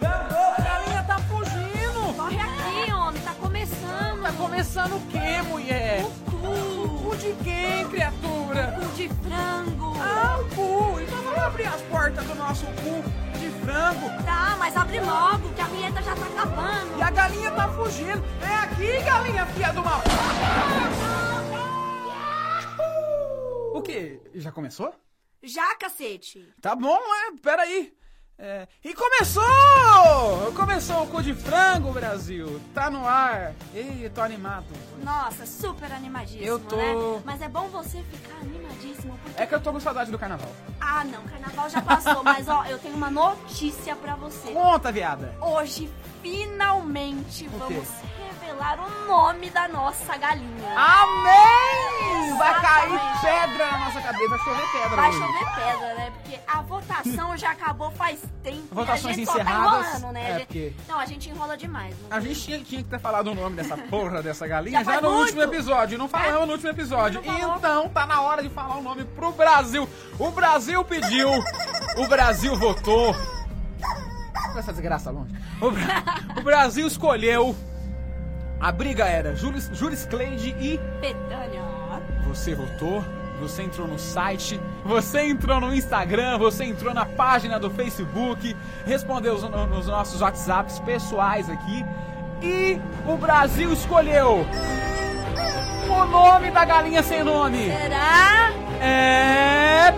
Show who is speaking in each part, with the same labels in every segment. Speaker 1: tá Pensar no Tá quê, mulher?
Speaker 2: tá O cu.
Speaker 1: O de quem, criatura?
Speaker 2: O cu de frango.
Speaker 1: Ah, o cu! Então vamos abrir as portas do nosso cu de frango.
Speaker 2: Tá, mas abre logo, que a vinheta já tá acabando.
Speaker 1: E a galinha tá fugindo. É aqui, galinha filha do mal. O quê? Já começou?
Speaker 2: Já, cacete.
Speaker 1: Tá bom, é, peraí. É, e começou! Começou o cu de frango, Brasil. Tá no ar. Ei, eu tô animado.
Speaker 2: Nossa, super animadíssimo,
Speaker 1: Eu tô-
Speaker 2: né? Mas é bom você ficar animadíssimo, porque...
Speaker 1: É que eu tô com saudade do carnaval.
Speaker 2: Ah, não, carnaval já passou, mas ó, eu tenho uma notícia pra você.
Speaker 1: Conta, viada.
Speaker 2: Hoje, finalmente,
Speaker 1: quê?
Speaker 2: vamos revelar o nome da nossa galinha.
Speaker 1: Amém! Vai cair
Speaker 2: Exatamente.
Speaker 1: pedra na nossa cabeça. Vai chover pedra
Speaker 2: Vai
Speaker 1: hoje.
Speaker 2: chover pedra, né? Porque a votação já acabou faz tempo. e
Speaker 1: Votações
Speaker 2: a gente só
Speaker 1: encerradas.
Speaker 2: Tá enrolando, né?
Speaker 1: É,
Speaker 2: A gente-
Speaker 1: porque-
Speaker 2: Não, a gente enrola demais. né? Não
Speaker 1: A gente tinha, tinha que ter falado o nome dessa porra dessa galinha
Speaker 2: Já
Speaker 1: já,
Speaker 2: faz
Speaker 1: no
Speaker 2: muito.
Speaker 1: último episódio. Não falamos no último episódio.
Speaker 2: Não falou.
Speaker 1: Então tá na hora de falar o nome pro Brasil. O Brasil pediu, o Brasil votou. Com Essa desgraça longe. O, Bra- o Brasil escolheu. A briga era Julis, Juris Cleide e
Speaker 2: Betânia.
Speaker 1: você votou, você entrou no site, você entrou no Instagram, você entrou na página do Facebook, respondeu os- no- nos nossos WhatsApps pessoais aqui e o Brasil escolheu o nome da galinha sem nome.
Speaker 2: Será?
Speaker 1: É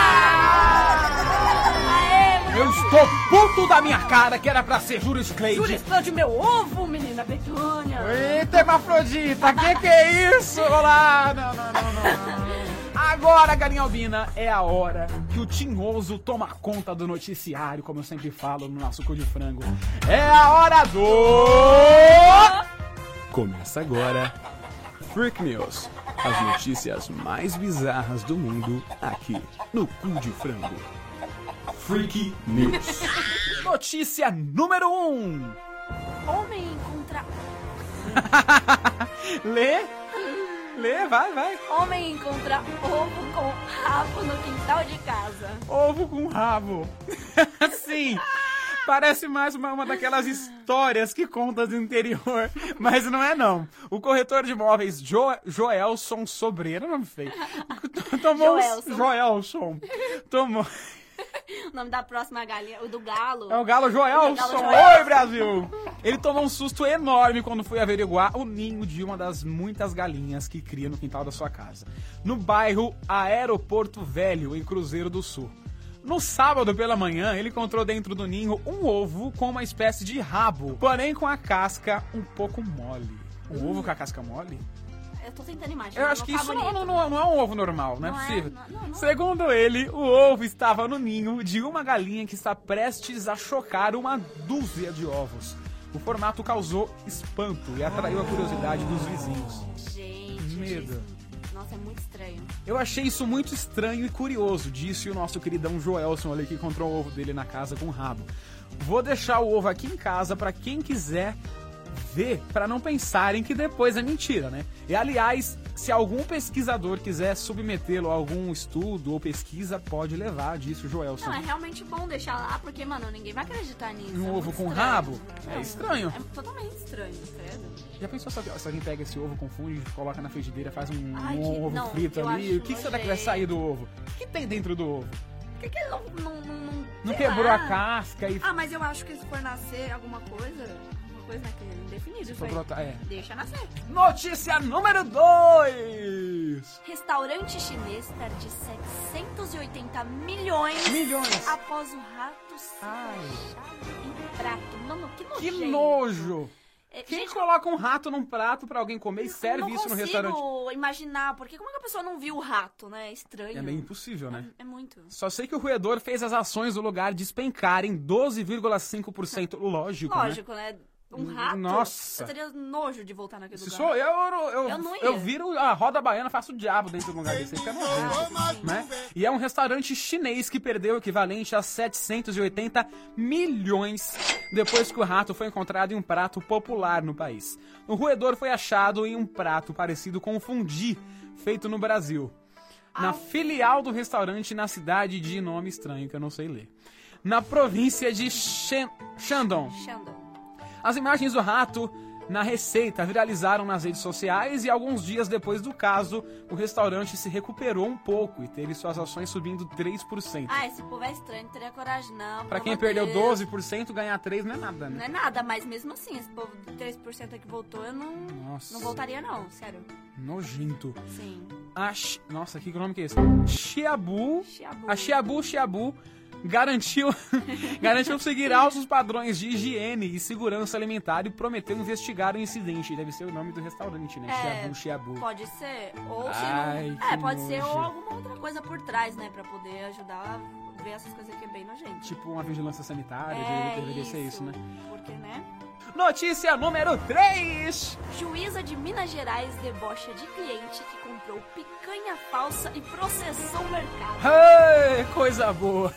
Speaker 1: Betânia!
Speaker 2: Aê,
Speaker 1: Eu estou puto da minha cara que era pra ser Júlio
Speaker 2: Júlia
Speaker 1: Cleide.
Speaker 2: explode meu ovo, menina Betânia.
Speaker 1: Eita, hermafrodita, que que é isso? Olá! Não, não, não, não. Agora, galinha albina, é a hora que o tinhoso toma conta do noticiário, como eu sempre falo no nosso cu de frango. É a hora do...
Speaker 3: Começa agora Freak News. As notícias mais bizarras do mundo aqui no Cu de Frango. Freak News.
Speaker 1: Notícia número 1. Um.
Speaker 2: Homem encontra...
Speaker 1: Lê, lê, vai, vai.
Speaker 2: Homem encontra ovo com rabo no quintal de casa.
Speaker 1: Ovo com rabo. Sim. Parece mais uma, uma daquelas histórias que conta do interior, mas não é não. O corretor de imóveis jo Joelson Sobreira, nome feio, t- tomou um-
Speaker 2: Joelson.
Speaker 1: Joelson. Tomou.
Speaker 2: O nome da próxima galinha, o do galo.
Speaker 1: É o galo Joelson.
Speaker 2: Joelson.
Speaker 1: Oi, Brasil. Ele tomou um susto enorme quando foi averiguar o ninho de uma das muitas galinhas que cria no quintal da sua casa, no bairro Aeroporto Velho, em Cruzeiro do Sul. No sábado pela manhã, ele encontrou dentro do ninho um ovo com uma espécie de rabo, porém com a casca um pouco mole. Um ovo com a casca mole?
Speaker 2: Eu tô tentando imaginar.
Speaker 1: Eu acho que
Speaker 2: tá
Speaker 1: isso não,
Speaker 2: bonito.
Speaker 1: não, não é um ovo normal, não, é
Speaker 2: Não é,
Speaker 1: possível.
Speaker 2: não, não, não.
Speaker 1: Segundo ele, o ovo estava no ninho de uma galinha que está prestes a chocar uma dúzia de ovos. O formato causou espanto e atraiu a curiosidade dos vizinhos.
Speaker 2: Gente,
Speaker 1: Medo.
Speaker 2: gente, Nossa, é muito estranho.
Speaker 1: Eu achei isso muito estranho e curioso, disse o nosso queridão Joelson ali que encontrou o ovo dele na casa com o rabo. Vou deixar o ovo aqui em casa pra quem quiser ver, pra não pensarem que depois é mentira, né? E aliás, se algum pesquisador quiser submetê-lo a algum estudo ou pesquisa, pode levar, disse o Joelson.
Speaker 2: Não, é realmente bom deixar lá, porque, mano, ninguém vai acreditar nisso.
Speaker 1: Um
Speaker 2: é
Speaker 1: ovo
Speaker 2: muito
Speaker 1: com
Speaker 2: estranho.
Speaker 1: rabo? É
Speaker 2: Não,
Speaker 1: estranho.
Speaker 2: É totalmente estranho, credo.
Speaker 1: Já pensou se alguém- se alguém pega esse ovo, confunde, coloca na frigideira, faz um,
Speaker 2: Ai,
Speaker 1: um
Speaker 2: que-
Speaker 1: ovo
Speaker 2: não,
Speaker 1: frito
Speaker 2: eu
Speaker 1: ali?
Speaker 2: acho
Speaker 1: O que que será que vai
Speaker 2: nojento.
Speaker 1: sair do ovo? O que tem dentro do ovo?
Speaker 2: Por que que ele não. Não, não, não,
Speaker 1: Não
Speaker 2: sei
Speaker 1: quebrou
Speaker 2: lá.
Speaker 1: a casca e
Speaker 2: Ah, mas eu acho que se for nascer alguma coisa, alguma coisa naquele indefinido.
Speaker 1: foi
Speaker 2: foi-
Speaker 1: brotar? É.
Speaker 2: Deixa nascer.
Speaker 1: Notícia número 2!
Speaker 2: Restaurante chinês perde 780 milhões
Speaker 1: Milhões.
Speaker 2: após o rato ser
Speaker 1: Ai.
Speaker 2: achado em prato. Mano, que nojo.
Speaker 1: Que nojo!
Speaker 2: É,
Speaker 1: Quem
Speaker 2: gente,
Speaker 1: coloca um rato num prato pra alguém comer e
Speaker 2: eu
Speaker 1: serve
Speaker 2: não
Speaker 1: isso no
Speaker 2: consigo
Speaker 1: restaurante?
Speaker 2: imaginar, porque como é que a pessoa não viu o rato, né? É estranho.
Speaker 1: É meio impossível, né?
Speaker 2: É, é muito.
Speaker 1: Só sei que o roedor fez as ações do lugar despencarem 12,5%. Lógico, né?
Speaker 2: Lógico, né? Um rato.
Speaker 1: Nossa.
Speaker 2: Eu teria nojo de voltar naquele
Speaker 1: Se
Speaker 2: lugar.
Speaker 1: sou eu, eu, eu,
Speaker 2: Eu não ia.
Speaker 1: eu viro a roda baiana, faço o diabo dentro do lugar desse. Fica nojento.
Speaker 2: Ah, sim.
Speaker 1: né? E é um restaurante chinês que perdeu o equivalente a 780 milhões depois que o rato foi encontrado em um prato popular no país. O roedor foi achado em um prato parecido com um fundi, feito no Brasil. Na filial do restaurante na cidade de nome estranho que eu não sei ler. Na província de Shen- Shandong.
Speaker 2: Xandão.
Speaker 1: As imagens do rato na receita viralizaram nas redes sociais e alguns dias depois do caso, o restaurante se recuperou um pouco e teve suas ações subindo 3%.
Speaker 2: Ah, esse povo é estranho, não teria coragem, não.
Speaker 1: Pra
Speaker 2: pelo
Speaker 1: quem
Speaker 2: amor de
Speaker 1: perdeu
Speaker 2: Deus.
Speaker 1: 12%, ganhar 3 não é nada,
Speaker 2: Não
Speaker 1: né?
Speaker 2: é nada, mas mesmo assim, esse povo de 3% que voltou, eu não,
Speaker 1: Nossa.
Speaker 2: não voltaria, não, sério.
Speaker 1: Nojento.
Speaker 2: Sim.
Speaker 1: A Shi- Nossa, que nome que é esse? Shiabu.
Speaker 2: Xiabu.
Speaker 1: A Shiabu Shiabu garantiu, garantiu seguir altos padrões de higiene e segurança alimentar e prometeu investigar o incidente. Deve ser o nome do restaurante, né?
Speaker 2: É,
Speaker 1: Shiabu Shiabu.
Speaker 2: Pode ser, ou
Speaker 1: Ai,
Speaker 2: se não. É,
Speaker 1: que
Speaker 2: pode ser,
Speaker 1: nojo.
Speaker 2: ou alguma outra coisa por trás, né? Pra poder ajudar a ver essas coisas aqui bem nojentes.
Speaker 1: Tipo uma vigilância sanitária,
Speaker 2: É
Speaker 1: deveria, deveria ser isso, né?
Speaker 2: Porque, né?
Speaker 1: Notícia número 3!
Speaker 2: Juíza de Minas Gerais debocha de cliente que comprou picanha falsa e processou o mercado.
Speaker 1: Ai, coisa boa!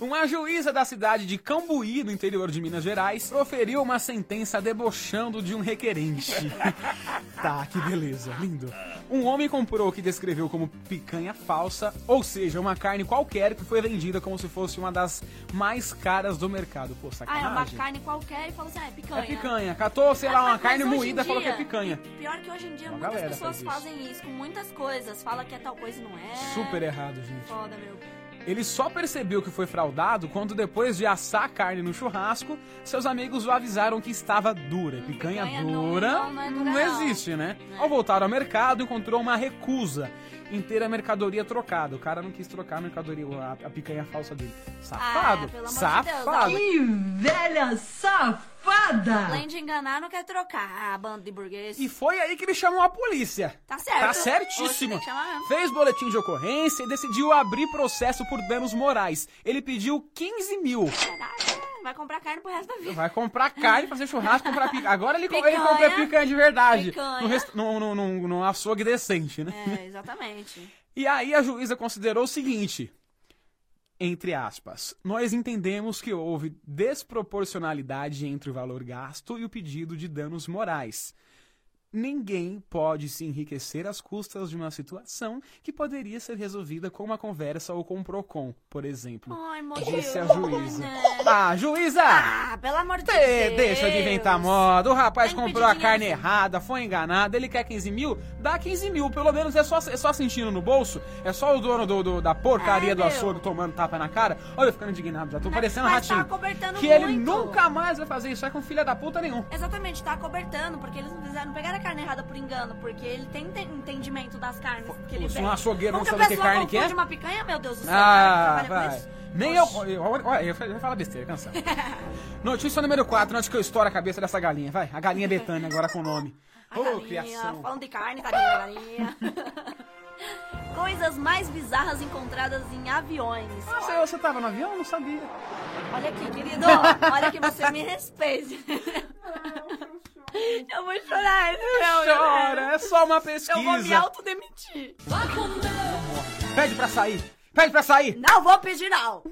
Speaker 1: Uma juíza da cidade de Cambuí, no interior de Minas Gerais, proferiu uma sentença debochando de um requerente. tá, que beleza, lindo. Um homem comprou o que descreveu como picanha falsa, ou seja, uma carne qualquer que foi vendida como se fosse uma das mais caras do mercado. Pô,
Speaker 2: Ah,
Speaker 1: sacanagem.
Speaker 2: é uma carne qualquer e falou assim, ah, é picanha.
Speaker 1: É picanha. Catou, sei lá,
Speaker 2: Ah,
Speaker 1: uma
Speaker 2: mas
Speaker 1: carne
Speaker 2: hoje em
Speaker 1: moída, falou que é
Speaker 2: dia-
Speaker 1: picanha.
Speaker 2: Pior que hoje em dia
Speaker 1: Uma
Speaker 2: muitas
Speaker 1: galera
Speaker 2: pessoas
Speaker 1: faz isso.
Speaker 2: fazem isso com muitas coisas. Fala que é tal coisa e não é.
Speaker 1: Super errado, gente.
Speaker 2: Foda, meu.
Speaker 1: Ele só percebeu que foi fraudado quando, depois de assar a carne no churrasco, seus amigos o avisaram que estava dura. Picanha,
Speaker 2: Picanha não-
Speaker 1: dura
Speaker 2: não, não é dura, não.
Speaker 1: existe, né?
Speaker 2: Não. é.
Speaker 1: Ao voltar ao mercado, encontrou uma recusa em ter a mercadoria trocada. O cara não quis trocar a mercadoria, a, a picanha falsa dele. Safado!
Speaker 2: Ah, pelo amor de
Speaker 1: safado!
Speaker 2: Deus,
Speaker 4: Que velha safada!
Speaker 2: Além de enganar, não quer trocar. Ah, bando de burguês.
Speaker 1: Ah. e foi aí que ele chamou a polícia.
Speaker 2: Tá certo.
Speaker 1: Tá
Speaker 2: Hoje
Speaker 1: certíssimo.
Speaker 2: tem que chamar mesmo.
Speaker 1: Fez boletim de ocorrência e decidiu abrir processo por danos morais. Ele pediu 15 mil.
Speaker 2: Caraca, É, vai comprar carne pro resto da vida.
Speaker 1: Vai comprar carne, fazer churrasco, comprar picanha. Agora ele, co- ele
Speaker 2: Picanha.
Speaker 1: compra picanha de verdade.
Speaker 2: Picanha.
Speaker 1: Num, rest- num, num, num- num açougue decente, né?
Speaker 2: É, exatamente.
Speaker 1: E aí a juíza considerou o seguinte. Entre aspas, nós entendemos que houve desproporcionalidade entre o valor gasto e o pedido de danos morais. Ninguém pode se enriquecer às custas de uma situação que poderia ser resolvida com uma conversa ou com um PROCON, por exemplo.
Speaker 2: Ai, meu
Speaker 1: Disse a
Speaker 2: Deus,
Speaker 1: juíza.
Speaker 2: né?
Speaker 1: Ah, juíza!
Speaker 2: Ah, pelo amor de
Speaker 1: Tê,
Speaker 2: Deus.
Speaker 1: deixa de inventar moda. O rapaz
Speaker 2: Tem que
Speaker 1: comprou a
Speaker 2: pedir
Speaker 1: carne
Speaker 2: dinheiro.
Speaker 1: errada, foi enganado. Ele quer 15 mil? Dá 15 mil. Pelo menos é só, é só sentindo no bolso. É só o dono do, do- da porcaria
Speaker 2: É,
Speaker 1: do
Speaker 2: meu.
Speaker 1: açougue tomando tapa na cara. Olha, eu ficando indignado já. Tô parecendo um
Speaker 2: mas tá
Speaker 1: ratinho.
Speaker 2: cobertando
Speaker 1: que ele
Speaker 2: muito.
Speaker 1: nunca mais vai fazer isso. É com filha da puta nenhum.
Speaker 2: Exatamente, tá cobertando, porque eles não fizeram, não pegaram a carne errada por engano, porque ele tem ente- entendimento das carnes que ele
Speaker 1: Se
Speaker 2: vende.
Speaker 1: um açougueiro não
Speaker 2: Como
Speaker 1: sabe que
Speaker 2: pessoa
Speaker 1: carne que é?
Speaker 2: confunde uma picanha, meu Deus do céu,
Speaker 1: Ah,
Speaker 2: cara, que trabalha com
Speaker 1: vai.
Speaker 2: isso?
Speaker 1: Nem eu. eu- Olha, eu, eu, eu falo besteira, cansado. Notícia número 4, antes que eu estoure a cabeça dessa galinha. Vai, a galinha Betânia agora com o nome.
Speaker 2: A
Speaker 1: Ô,
Speaker 2: galinha,
Speaker 1: criação.
Speaker 2: falando de carne, tá galinha. Coisas mais bizarras encontradas em aviões.
Speaker 1: Nossa, você tava no avião? Eu Não sabia.
Speaker 2: Olha aqui, querido, olha que você me respeite. Eu vou chorar, não, eu-
Speaker 1: Chora, é só uma pesquisa.
Speaker 2: Eu vou me autodemitir.
Speaker 1: Pede pra sair! Pede pra sair!
Speaker 2: Não vou pedir, não.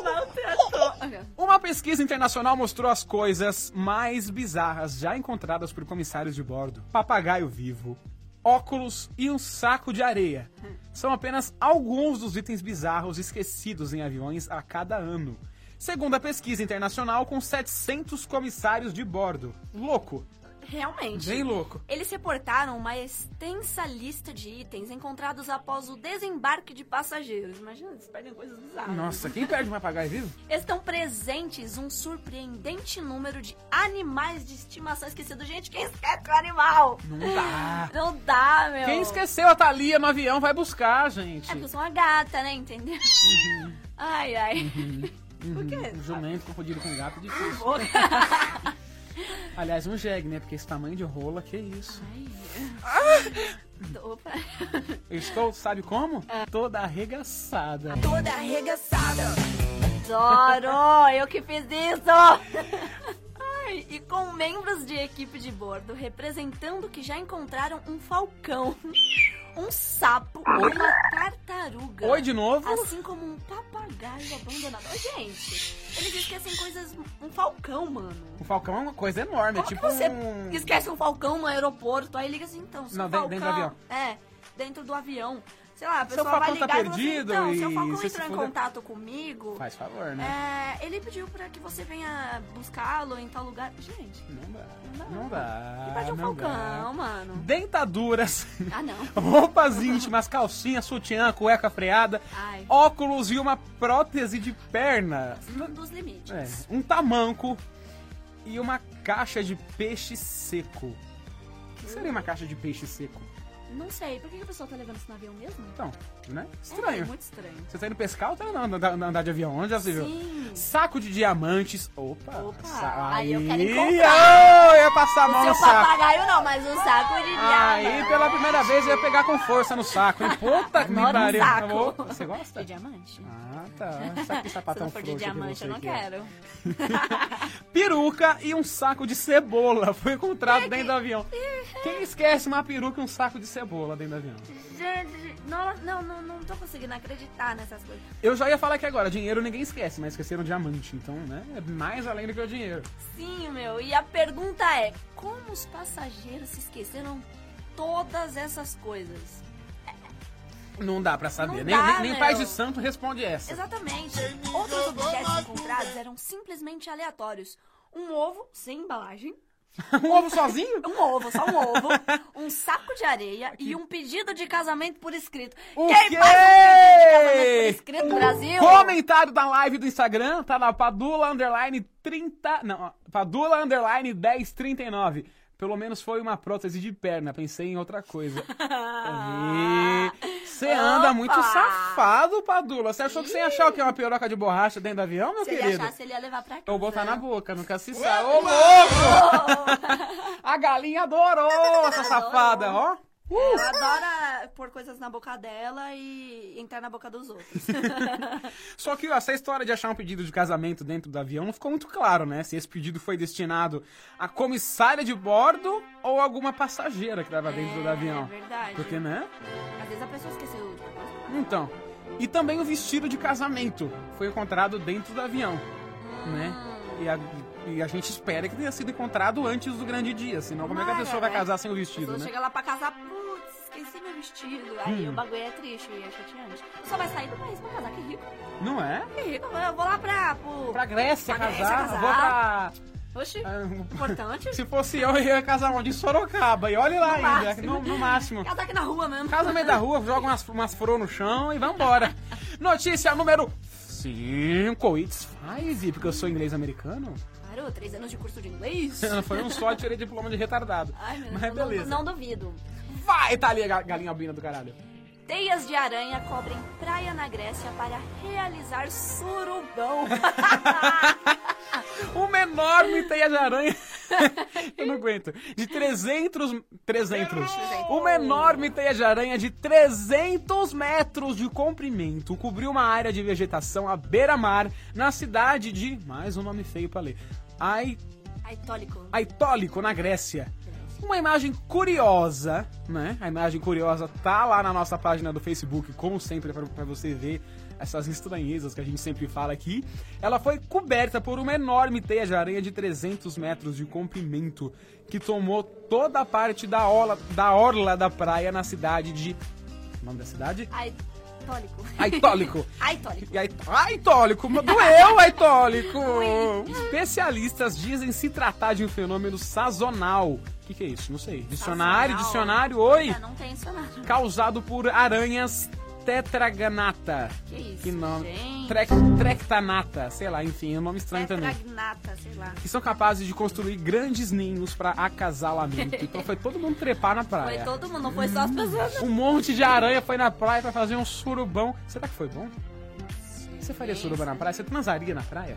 Speaker 2: Maltratou.
Speaker 1: Uma pesquisa internacional mostrou as coisas mais bizarras já encontradas por comissários de bordo: papagaio vivo, óculos e um saco de areia. São apenas alguns dos itens bizarros esquecidos em aviões a cada ano. Segundo a pesquisa internacional, com 700 comissários de bordo. Louco,
Speaker 2: Realmente.
Speaker 1: bem louco.
Speaker 2: Eles reportaram uma extensa lista de itens encontrados após o desembarque de passageiros. Imagina, eles perdem coisas bizarras.
Speaker 1: Nossa, quem perde um papagaio vivo?
Speaker 2: Estão presentes um surpreendente número de animais de estimação esquecidos. Gente, quem esquece o animal?
Speaker 1: Não dá.
Speaker 2: Não dá, meu.
Speaker 1: Quem esqueceu a Thalia no avião vai buscar, gente.
Speaker 2: É porque eu sou uma gata, né? Entendeu? Ai, ai.
Speaker 1: Uhum,
Speaker 2: quê? Ah,
Speaker 1: Um jumento confundido com gato é difícil.
Speaker 2: Boca.
Speaker 1: Aliás, um jegue, né? Porque esse tamanho de rola, que isso.
Speaker 2: Opa.
Speaker 1: Eu estou, sabe como?
Speaker 2: É.
Speaker 1: Toda arregaçada.
Speaker 2: Toda arregaçada. Adoro! Eu que fiz isso! Ai, e com membros de equipe de bordo representando que já encontraram um falcão, um sapo ou uma tartaruga.
Speaker 1: Oi de novo?
Speaker 2: Assim como um papagaio abandonado. Ô, gente, eles esquecem coisas. Um falcão, mano.
Speaker 1: O falcão é uma coisa enorme, é
Speaker 2: Como
Speaker 1: tipo
Speaker 2: que você
Speaker 1: um...
Speaker 2: esquece um falcão no aeroporto? Aí liga assim, então, se
Speaker 1: Não,
Speaker 2: um
Speaker 1: dentro-
Speaker 2: falcão.
Speaker 1: dentro do avião.
Speaker 2: É, dentro do avião. Sei lá, a
Speaker 1: Seu
Speaker 2: pessoa vai
Speaker 1: Falcão tá
Speaker 2: ligar
Speaker 1: perdido
Speaker 2: e você, então,
Speaker 1: e
Speaker 2: seu Falcão
Speaker 1: você se
Speaker 2: entrou em
Speaker 1: fuder."
Speaker 2: contato comigo,
Speaker 1: Faz favor, né?
Speaker 2: é, ele pediu pra que você venha buscá-lo em tal lugar. Gente,
Speaker 1: Não dá.
Speaker 2: É. dá.
Speaker 1: Não dá.
Speaker 2: que parte um
Speaker 1: Ah, não dá.
Speaker 2: Falcão, mano.
Speaker 1: Dentaduras,
Speaker 2: Ah, não.
Speaker 1: roupas íntimas, calcinha, sutiã, cueca freada,
Speaker 2: Ai.
Speaker 1: óculos e uma prótese de perna.
Speaker 2: Um dos limites.
Speaker 1: É, um tamanco e uma caixa de peixe seco. O que seria uma caixa de peixe seco?
Speaker 2: Não sei, por que que a pessoa tá levando esse navio mesmo?
Speaker 1: Então, né?
Speaker 2: É,
Speaker 1: Estranho.
Speaker 2: muito estranho.
Speaker 1: Você tá indo pescar ou tá indo andar, andar de avião? Onde já se viu?
Speaker 2: Sim.
Speaker 1: Saco de diamantes. Opa!
Speaker 2: Opa,
Speaker 1: sa-
Speaker 2: aí eu quero
Speaker 1: Aí,
Speaker 2: encontrar.
Speaker 1: eu ia passar a mão
Speaker 2: Seu
Speaker 1: no um saco.
Speaker 2: papagaio não, mas um saco de
Speaker 1: Aí,
Speaker 2: diamante.
Speaker 1: pela primeira vez, eu ia pegar com força no saco, hein? Puta que me
Speaker 2: Adoro um
Speaker 1: pariu.
Speaker 2: saco.
Speaker 1: Opa, Você gosta?
Speaker 2: De diamante.
Speaker 1: Ah, tá. Saco de
Speaker 2: Se
Speaker 1: sapatão
Speaker 2: não for de
Speaker 1: frouxo que
Speaker 2: diamante,
Speaker 1: você
Speaker 2: eu não
Speaker 1: que é.
Speaker 2: quero.
Speaker 1: Peruca e um saco de cebola foi encontrado
Speaker 2: É que-
Speaker 1: dentro do avião. Quem esquece uma peruca e um saco de cebola dentro do avião?
Speaker 2: Gente, não, não, não, não tô conseguindo acreditar nessas coisas.
Speaker 1: Eu já ia falar aqui agora, dinheiro ninguém esquece, mas esqueceram diamante, então, né? É mais além do que o dinheiro.
Speaker 2: Sim, meu. E a pergunta é: como os passageiros se esqueceram todas essas coisas?
Speaker 1: Não dá pra saber.
Speaker 2: Não
Speaker 1: nem
Speaker 2: dá,
Speaker 1: nem, nem
Speaker 2: meu.
Speaker 1: pai de santo responde essa.
Speaker 2: Exatamente. Outros objetos encontrados eram simplesmente aleatórios. Um ovo sem embalagem,
Speaker 1: um ovo sozinho?
Speaker 2: um ovo, só um ovo, um saco de areia e um pedido de casamento por escrito.
Speaker 1: O
Speaker 2: Quem
Speaker 1: quê?
Speaker 2: faz um pedido de casamento por escrito no Brasil?
Speaker 1: Comentário da live do Instagram, tá na Padula Underline 30. Não, ó, Padula Underline 1039. Pelo menos foi uma prótese de perna, pensei em outra coisa. Ah, Você anda
Speaker 2: Opa!
Speaker 1: muito safado, Padula. Você achou que você ia achar o que é uma piroca de borracha dentro do avião, meu
Speaker 2: Se ele
Speaker 1: querido?
Speaker 2: achasse, ele ia assim, né? levar pra casa.
Speaker 1: Ou botar na boca, nunca se sabe. Ô, louco! A galinha adorou essa safada, ó. Uh!
Speaker 2: Ela adora pôr coisas na boca dela e entrar na boca dos outros.
Speaker 1: Só que essa história de achar um pedido de casamento dentro do avião não ficou muito claro, né? Se esse pedido foi destinado à comissária de bordo ou alguma passageira que estava dentro do
Speaker 2: É
Speaker 1: avião.
Speaker 2: verdade.
Speaker 1: Porque, né?
Speaker 2: Às vezes a pessoa esqueceu de
Speaker 1: Então. E também o vestido de casamento foi encontrado dentro do avião, né?
Speaker 2: Hum.
Speaker 1: E a, e a gente espera que tenha sido encontrado antes do grande dia, senão como é que a
Speaker 2: Tomara,
Speaker 1: pessoa vai
Speaker 2: né?
Speaker 1: casar sem o
Speaker 2: A pessoa
Speaker 1: vestido, né? Hum.
Speaker 2: chega lá pra casar, putz, esqueci meu vestido. Aí o bagulho é triste e é chateante. Só vai sair do país pra casar, que rico,
Speaker 1: Não é?
Speaker 2: que rico. Eu vou lá pra. Pro...
Speaker 1: Pra Grécia
Speaker 2: Pra Grécia
Speaker 1: casar, vou pra...
Speaker 2: Oxi,
Speaker 1: Ah,
Speaker 2: importante.
Speaker 1: Se fosse eu, eu ia casar onde? Em Sorocaba, e olhe lá
Speaker 2: No
Speaker 1: ainda,
Speaker 2: máximo.
Speaker 1: no- no máximo.
Speaker 2: Casar aqui na rua mesmo.
Speaker 1: Casa no meio da rua, joga umas, umas flores no chão e vambora. Notícia número 5. It's five, porque eu sou inglês americano.
Speaker 2: Parou, três anos de curso de inglês?
Speaker 1: Foi um só, tirei diploma de retardado.
Speaker 2: Ai, meu
Speaker 1: Mas
Speaker 2: Deus, não,
Speaker 1: beleza.
Speaker 2: não duvido.
Speaker 1: Vai, tá ali a ga- galinha albina do caralho.
Speaker 2: Teias de aranha cobrem praia na Grécia para realizar surubão.
Speaker 1: Uma enorme teia de aranha. eu não aguento. De 300. 300. Uma enorme teia de aranha de 300 metros de comprimento cobriu uma área de vegetação à beira-mar na cidade de. Mais um nome feio pra ler. Ai,
Speaker 2: Ai, tólico.
Speaker 1: Aitólico, na Grécia. Uma imagem curiosa, né? A imagem curiosa tá lá na nossa página do Facebook, como sempre, pra pra você ver essas estranhezas que a gente sempre fala aqui. Ela foi coberta por uma enorme teia de aranha de 300 metros de comprimento, que tomou toda a parte da, ola, da orla da praia na cidade de... O nome da cidade?
Speaker 2: Ai, tólico.
Speaker 1: Aitólico.
Speaker 2: Ai, tólico.
Speaker 1: E aí, ai, Tólico, mas doeu, ai, Tólico! Especialistas dizem se tratar de um fenômeno sazonal. O que, que é isso? Não sei. Dicionário,
Speaker 2: Sazonal?
Speaker 1: dicionário, oi!
Speaker 2: Ah, não tem isso nada.
Speaker 1: Causado por aranhas tetraganata.
Speaker 2: Que isso,
Speaker 1: Que nome?
Speaker 2: gente.
Speaker 1: Trec, trectanata, sei lá, enfim, é um nome estranho também.
Speaker 2: Tetragnata, sei lá.
Speaker 1: Que são capazes de construir grandes ninhos para acasalamento. Então foi todo mundo trepar na
Speaker 2: Foi
Speaker 1: praia.
Speaker 2: todo mundo, não foi só as pessoas.
Speaker 1: Um monte de aranha foi na praia pra fazer um surubão. Será que foi bom? Você faria suruba na praia? Você transaria na praia?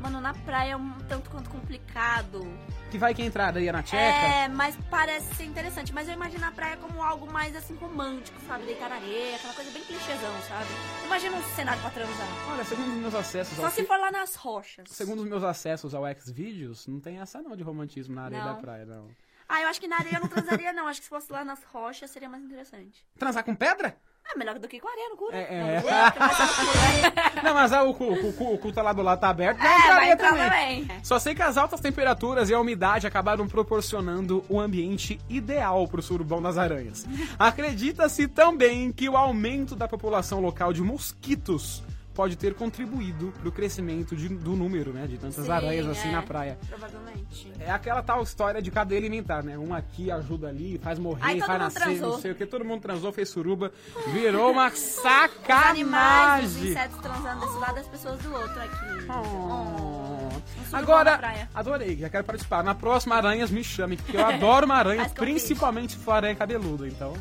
Speaker 2: Mano, na praia é um tanto quanto complicado.
Speaker 1: Que vai que entrar daí na tcheca?
Speaker 2: É, mas parece ser interessante. Mas eu imagino a praia como algo mais assim romântico, sabe? Deitar na areia, aquela coisa bem clichêzão, sabe? Imagina um cenário pra transar.
Speaker 1: Olha, segundo os meus acessos
Speaker 2: Só
Speaker 1: ao
Speaker 2: se
Speaker 1: fi-
Speaker 2: for lá nas rochas.
Speaker 1: segundo os meus acessos ao Xvideos, não tem essa não de romantismo na areia
Speaker 2: Não.
Speaker 1: da praia, não.
Speaker 2: Ah, eu acho que na areia eu não transaria, não. Acho que se fosse lá nas rochas seria mais interessante.
Speaker 1: Transar com pedra?
Speaker 2: É melhor do que quareiro, cura.
Speaker 1: É, é. Não, mas ah, o, cu, o, cu, o cu tá lá do lado tá aberto. vai entrar
Speaker 2: É, vai
Speaker 1: aí
Speaker 2: entrar também.
Speaker 1: Só sei que as altas temperaturas e a umidade acabaram proporcionando o ambiente ideal para o surubão das aranhas. Acredita-se também que o aumento da população local de mosquitos pode ter contribuído para o crescimento de- do número, né, de tantas
Speaker 2: Sim,
Speaker 1: aranhas assim
Speaker 2: é.
Speaker 1: na praia.
Speaker 2: Provavelmente.
Speaker 1: É aquela tal história de cadeia alimentar, né? Um aqui ajuda ali, faz morrer,
Speaker 2: Aí todo
Speaker 1: faz
Speaker 2: mundo
Speaker 1: nascer, não
Speaker 2: transou.
Speaker 1: sei o que. Todo mundo transou, fez suruba. Virou uma
Speaker 2: Os animais, os
Speaker 1: sacanagem.
Speaker 2: insetos transando desse lado, as pessoas do outro aqui.
Speaker 1: Oh.
Speaker 2: surubão Um na
Speaker 1: Agora,
Speaker 2: praia.
Speaker 1: adorei, já quero participar. Na próxima, aranhas me chamem, porque eu adoro uma aranha,
Speaker 2: Faz convite.
Speaker 1: principalmente se for aranha cabeluda, então.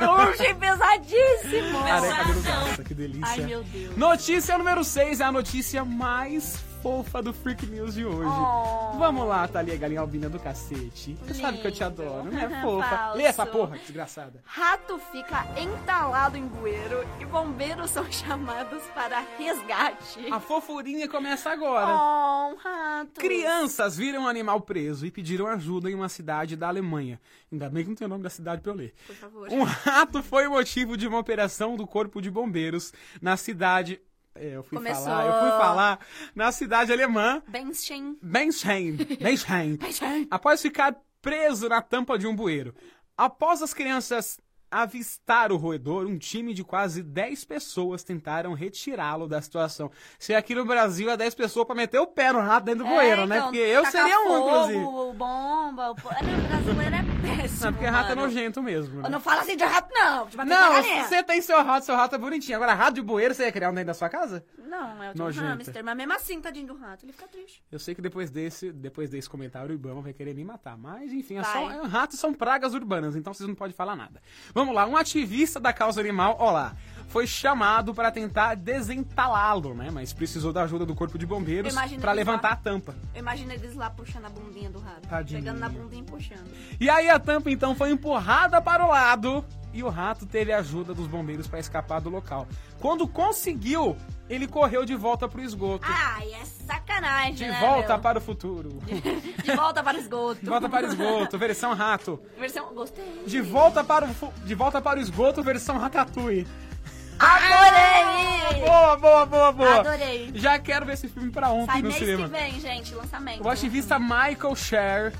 Speaker 2: Eu achei pesadíssimo.
Speaker 1: Aranha cabeluda, nossa, que delícia.
Speaker 2: Ai, meu Deus.
Speaker 1: Notícia número 6 é a notícia mais fofa do Freak News de hoje.
Speaker 2: Oh.
Speaker 1: Vamos lá, Thalia Galinha Albina do cacete. Você sabe que eu te
Speaker 2: Lindo.
Speaker 1: adoro, não é fofa?
Speaker 2: Falso.
Speaker 1: Lê essa porra, desgraçada.
Speaker 2: Rato fica entalado em bueiro e bombeiros são chamados para resgate.
Speaker 1: A fofurinha começa agora.
Speaker 2: Oh, um rato.
Speaker 1: Crianças viram um animal preso e pediram ajuda em uma cidade da Alemanha. Ainda bem que não tem o nome da cidade pra eu ler.
Speaker 2: Por favor.
Speaker 1: Um rato foi motivo de uma operação do Corpo de Bombeiros na cidade. É, eu fui
Speaker 2: Começou.
Speaker 1: falar, eu fui falar. Na cidade alemã,
Speaker 2: Benstein.
Speaker 1: Bensheim. Bensheim.
Speaker 2: Benstein.
Speaker 1: após ficar preso na tampa de um bueiro. Após as crianças avistar o roedor, um time de quase 10 pessoas tentaram retirá-lo da situação. Se aqui no Brasil é 10 pessoas pra meter o pé no rato dentro do bueiro,
Speaker 2: É,
Speaker 1: né?
Speaker 2: então,
Speaker 1: Porque eu
Speaker 2: tacar
Speaker 1: seria um,
Speaker 2: fogo,
Speaker 1: inclusive.
Speaker 2: O bomba, o... po- Ah, não, o brasileiro é péssimo.
Speaker 1: Não, porque rato é
Speaker 2: mano.
Speaker 1: nojento mesmo. né?
Speaker 2: Não fala assim de rato, não. De bater na
Speaker 1: Não,
Speaker 2: galinha.
Speaker 1: você tem seu rato, seu rato é bonitinho. Agora, rato de bueiro, você ia criar um dentro da sua casa?
Speaker 2: Não, é o de um
Speaker 1: Nojento.
Speaker 2: hamster. Mas mesmo assim, tadinho do rato, ele fica triste.
Speaker 1: Eu sei que depois desse, depois desse comentário, o Ibama vai querer me matar. Mas, enfim, é
Speaker 2: Vai.
Speaker 1: só, é, ratos são pragas urbanas, então vocês não podem falar nada. Vamos lá, um ativista da causa animal, ó lá, foi chamado para tentar desentalá-lo, né? Mas precisou da ajuda do corpo de bombeiros
Speaker 2: Eu imagino
Speaker 1: para
Speaker 2: que
Speaker 1: levantar
Speaker 2: lá-
Speaker 1: a tampa.
Speaker 2: Eu imagino eles lá puxando a bundinha do rato.
Speaker 1: Tadinho.
Speaker 2: Pegando na bundinha e puxando.
Speaker 1: E aí a tampa, então, foi empurrada para o lado e o rato teve a ajuda dos bombeiros para escapar do local. Quando conseguiu, ele correu de volta para o esgoto.
Speaker 2: Ai, é sacanagem,
Speaker 1: de
Speaker 2: né,
Speaker 1: volta
Speaker 2: meu?
Speaker 1: para o futuro.
Speaker 2: De volta para o esgoto.
Speaker 1: De volta para o esgoto, versão rato.
Speaker 2: Versão... Gostei.
Speaker 1: De volta para o, fu- de volta para o esgoto, versão Ratatouille.
Speaker 2: Adorei!
Speaker 1: Boa, boa, boa, boa.
Speaker 2: Adorei.
Speaker 1: Já quero ver esse filme pra ontem
Speaker 2: Sai
Speaker 1: no
Speaker 2: mês
Speaker 1: cinema.
Speaker 2: que vem, gente, lançamento.
Speaker 1: O ativista Michael Sher,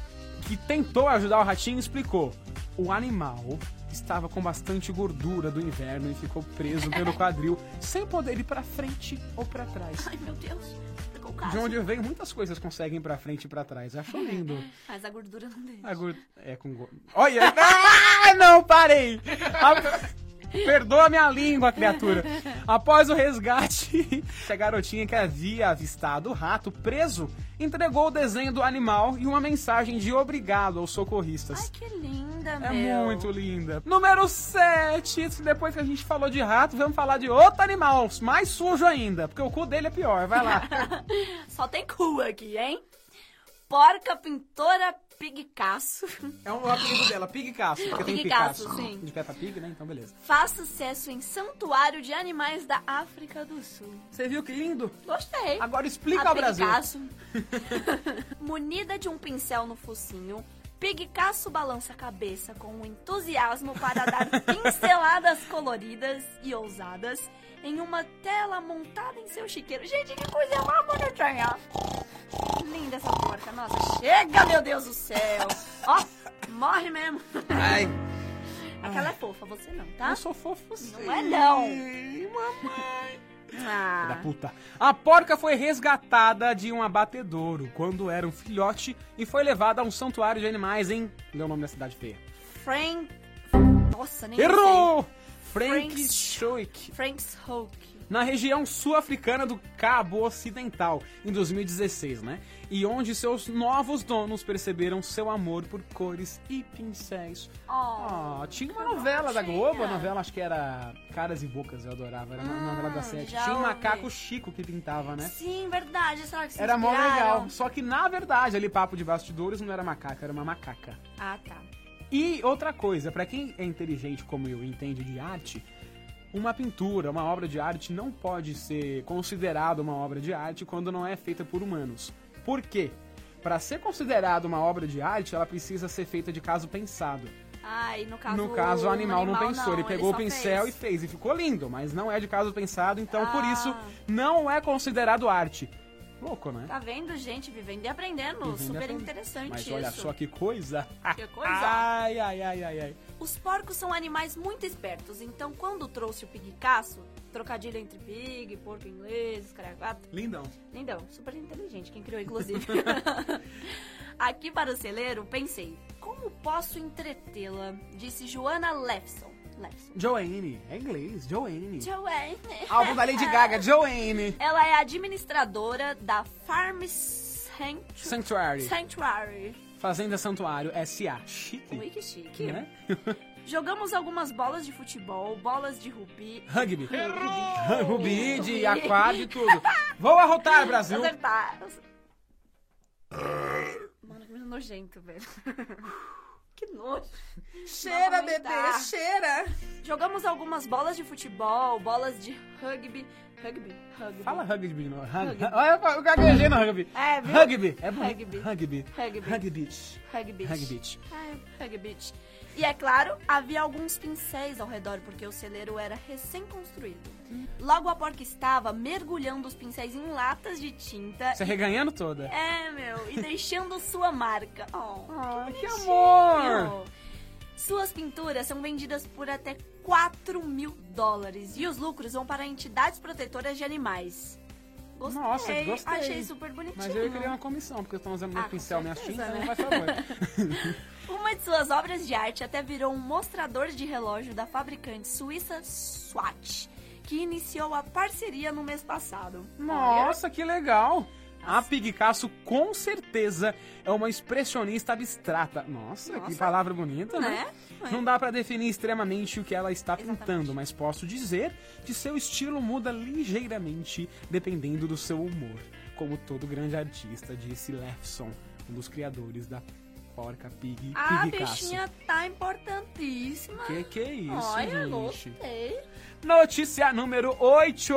Speaker 1: que tentou ajudar o ratinho, explicou. O animal estava com bastante gordura do inverno e ficou preso pelo quadril, sem poder ir pra frente ou pra trás.
Speaker 2: Ai, meu Deus. Ficou o
Speaker 1: De
Speaker 2: caso.
Speaker 1: onde vem, muitas coisas conseguem ir pra frente e pra trás. Acho lindo.
Speaker 2: Mas a gordura não deixa.
Speaker 1: A gor- É com go... Olha! Ah, não, parei! A- Perdoa minha língua, criatura. Após o resgate, a garotinha que havia avistado o rato preso entregou o desenho do animal e uma mensagem de obrigado aos
Speaker 2: Ai,
Speaker 1: socorristas.
Speaker 2: que linda,
Speaker 1: É
Speaker 2: meu.
Speaker 1: muito linda. Número 7. Depois que a gente falou de rato, vamos falar de outro animal, mais sujo ainda, porque o cu dele é pior. Vai lá.
Speaker 2: Só tem cu aqui, hein? Porca pintora Pigcasso
Speaker 1: É um apelido dela, Picasso. porque tem
Speaker 2: Picasso,
Speaker 1: Picasso.
Speaker 2: sim.
Speaker 1: De Peppa Pig, né? Então, beleza.
Speaker 2: faz sucesso em Santuário de Animais da África do Sul.
Speaker 1: Você viu que lindo?
Speaker 2: Gostei.
Speaker 1: Agora explica
Speaker 2: A
Speaker 1: ao Brasil.
Speaker 2: Picasso. Munida de um pincel no focinho, Picasso balança a cabeça com um entusiasmo para dar pinceladas coloridas e ousadas em uma tela montada em seu chiqueiro. Gente, que coisa mais bonitinha! Linda essa porca, nossa. Chega, meu Deus do céu! Ó, morre mesmo.
Speaker 1: Ai.
Speaker 2: Aquela é fofa, você não, tá?
Speaker 1: Eu sou fofo sim.
Speaker 2: Não é não.
Speaker 1: Ih, Mamãe. Da
Speaker 2: Ah,
Speaker 1: puta. A porca foi resgatada de um abatedouro quando era um filhote e foi levada a um santuário de animais em... Lê o nome da cidade feia.
Speaker 2: Frank... Nossa, nem
Speaker 1: Errou!
Speaker 2: Frank-
Speaker 1: Frank Schoik.
Speaker 2: sei. Frank's Hulk.
Speaker 1: Na região sul-africana do Cabo Ocidental, em 2016, né? E onde seus novos donos perceberam seu amor por cores e pincéis
Speaker 2: Oh,
Speaker 1: Ah, tinha uma
Speaker 2: que
Speaker 1: novela da
Speaker 2: bonitinha.
Speaker 1: Globo, a novela acho que era Caras e Bocas, eu adorava, era uma
Speaker 2: Hum,
Speaker 1: novela da sete.
Speaker 2: já
Speaker 1: Tinha um
Speaker 2: ouvi.
Speaker 1: macaco Chico que pintava, né?
Speaker 2: Sim, verdade. Será que se
Speaker 1: Era mó
Speaker 2: inspiraram?
Speaker 1: legal. Só que na verdade, ali papo de bastidores não era macaco, era uma macaca.
Speaker 2: Ah, tá.
Speaker 1: E outra coisa, pra quem é inteligente como eu e entende de arte, uma pintura, uma obra de arte não pode ser considerada uma obra de arte quando não é feita por humanos. Por quê? Pra ser considerada uma obra de arte, ela precisa ser feita de caso pensado.
Speaker 2: Ah, e no caso,
Speaker 1: No caso, o animal, não pensou. ele
Speaker 2: não,
Speaker 1: pegou
Speaker 2: só
Speaker 1: o pincel
Speaker 2: fez.
Speaker 1: e fez, e ficou lindo, mas não é de caso pensado, então por
Speaker 2: Ah.
Speaker 1: isso não é considerado arte. Louco, né?
Speaker 2: Tá vendo, gente? Vivendo e aprendendo.
Speaker 1: Vivendo e
Speaker 2: Super
Speaker 1: aprendendo.
Speaker 2: interessante
Speaker 1: Mas
Speaker 2: isso. é.
Speaker 1: olha só que Ah. coisa.
Speaker 2: Que coisa.
Speaker 1: Ai, ai, ai, ai, ai.
Speaker 2: Os porcos são animais muito espertos, então quando trouxe o pigcaço, trocadilho entre pig, porco inglês, escravata,
Speaker 1: Lindão.
Speaker 2: lindão, Então, super inteligente, quem criou inclusive. Aqui para o celeiro, pensei, como posso entretê-la? Disse Joana Lefson. Lefson.
Speaker 1: Joanne, é inglês, Joanne.
Speaker 2: Joanne.
Speaker 1: Álbum da Lady Gaga, Joanne.
Speaker 2: Ela é administradora da Farm Sanctu-
Speaker 1: Sanctuary.
Speaker 2: Sanctuary.
Speaker 1: Fazenda Santuário, S.A. Chique.
Speaker 2: Ui, que chique.
Speaker 1: Né?
Speaker 2: Jogamos algumas bolas de futebol, bolas de rubi.
Speaker 1: Rugby.
Speaker 2: É
Speaker 1: Rubi de
Speaker 2: Rubi.
Speaker 1: aquário e tudo. Vou arrotar, Brasil.
Speaker 2: Acertar. Mano, que nojento, velho. Que nojo. Cheira, bebê,
Speaker 5: cheira.
Speaker 2: Jogamos algumas bolas de futebol, bolas de rugby. Rugby? Rugby.
Speaker 1: Fala rugby de novo. Rugby. Olha, eu gaguejei no rugby.
Speaker 2: É, viu?
Speaker 1: Rugby. É bonito.
Speaker 2: Rugby.
Speaker 1: Rugby.
Speaker 2: Rugby.
Speaker 1: Rugby.
Speaker 2: Rugby.
Speaker 1: Rugby.
Speaker 2: Ai, rugby. E é claro, havia alguns pincéis ao redor, porque o celeiro era recém-construído.
Speaker 1: Hum.
Speaker 2: Logo a porca estava mergulhando os pincéis em latas de tinta.
Speaker 1: Você reganhando toda.
Speaker 2: É, meu, e deixando sua marca. Oh,
Speaker 1: Ai, Ah, que
Speaker 2: bonitinho.
Speaker 1: amor.
Speaker 2: Suas pinturas são vendidas por até 4 mil dólares e os lucros vão para entidades protetoras de animais. Gostei,
Speaker 1: Nossa, gostei.
Speaker 2: Achei super bonitinho.
Speaker 1: Mas eu queria uma comissão, porque eu tô usando
Speaker 2: tipo Ah,
Speaker 1: meu
Speaker 2: com
Speaker 1: pincel, minhas
Speaker 2: certeza,
Speaker 1: tintas,
Speaker 2: né?
Speaker 1: não vai favor.
Speaker 2: Uma de suas obras de arte até virou um mostrador de relógio da fabricante suíça Swatch, que iniciou a parceria no mês passado.
Speaker 1: Nossa, que legal. A Picasso, com certeza, é uma expressionista abstrata. Nossa, que
Speaker 2: Nossa.
Speaker 1: palavra bonita, né?
Speaker 2: Né?
Speaker 1: Não dá pra definir extremamente o que ela está pintando, mas posso dizer que seu estilo muda ligeiramente dependendo do seu humor, como todo grande artista, disse Lefson, um dos criadores da porca Pig
Speaker 2: A
Speaker 1: Picasso.
Speaker 2: Ah, bichinha tá importantíssima.
Speaker 1: Que que é isso,
Speaker 2: Olha,
Speaker 1: gente?
Speaker 2: gostei.
Speaker 1: Notícia número 8!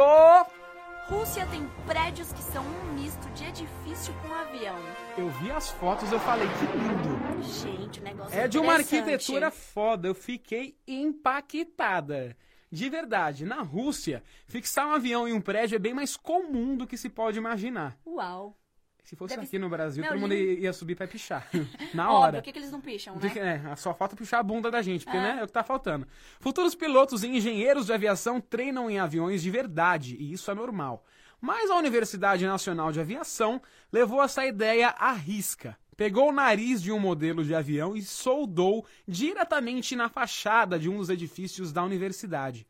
Speaker 2: Rússia tem prédios que são um misto de edifício com avião.
Speaker 1: Eu vi as fotos, eu falei que lindo.
Speaker 2: Gente, o negócio
Speaker 1: É de uma
Speaker 2: interessante.
Speaker 1: arquitetura foda, eu fiquei impactada. De verdade, na Rússia, fixar um avião em um prédio é bem mais comum do que se pode imaginar.
Speaker 2: Uau.
Speaker 1: Se fosse
Speaker 2: Deve
Speaker 1: aqui no Brasil,
Speaker 2: Meu,
Speaker 1: todo mundo
Speaker 2: lindo.
Speaker 1: ia subir pra pichar. Na
Speaker 2: Óbvio,
Speaker 1: hora.
Speaker 2: o que, que eles não picham,
Speaker 1: De que-
Speaker 2: né?
Speaker 1: é, só falta puxar a bunda da gente, porque né, é o que tá faltando. Futuros pilotos e engenheiros de aviação treinam em aviões de verdade, e isso é normal. Mas a Universidade Nacional de Aviação levou essa ideia à risca. Pegou o nariz de um modelo de avião e soldou diretamente na fachada de um dos edifícios da universidade.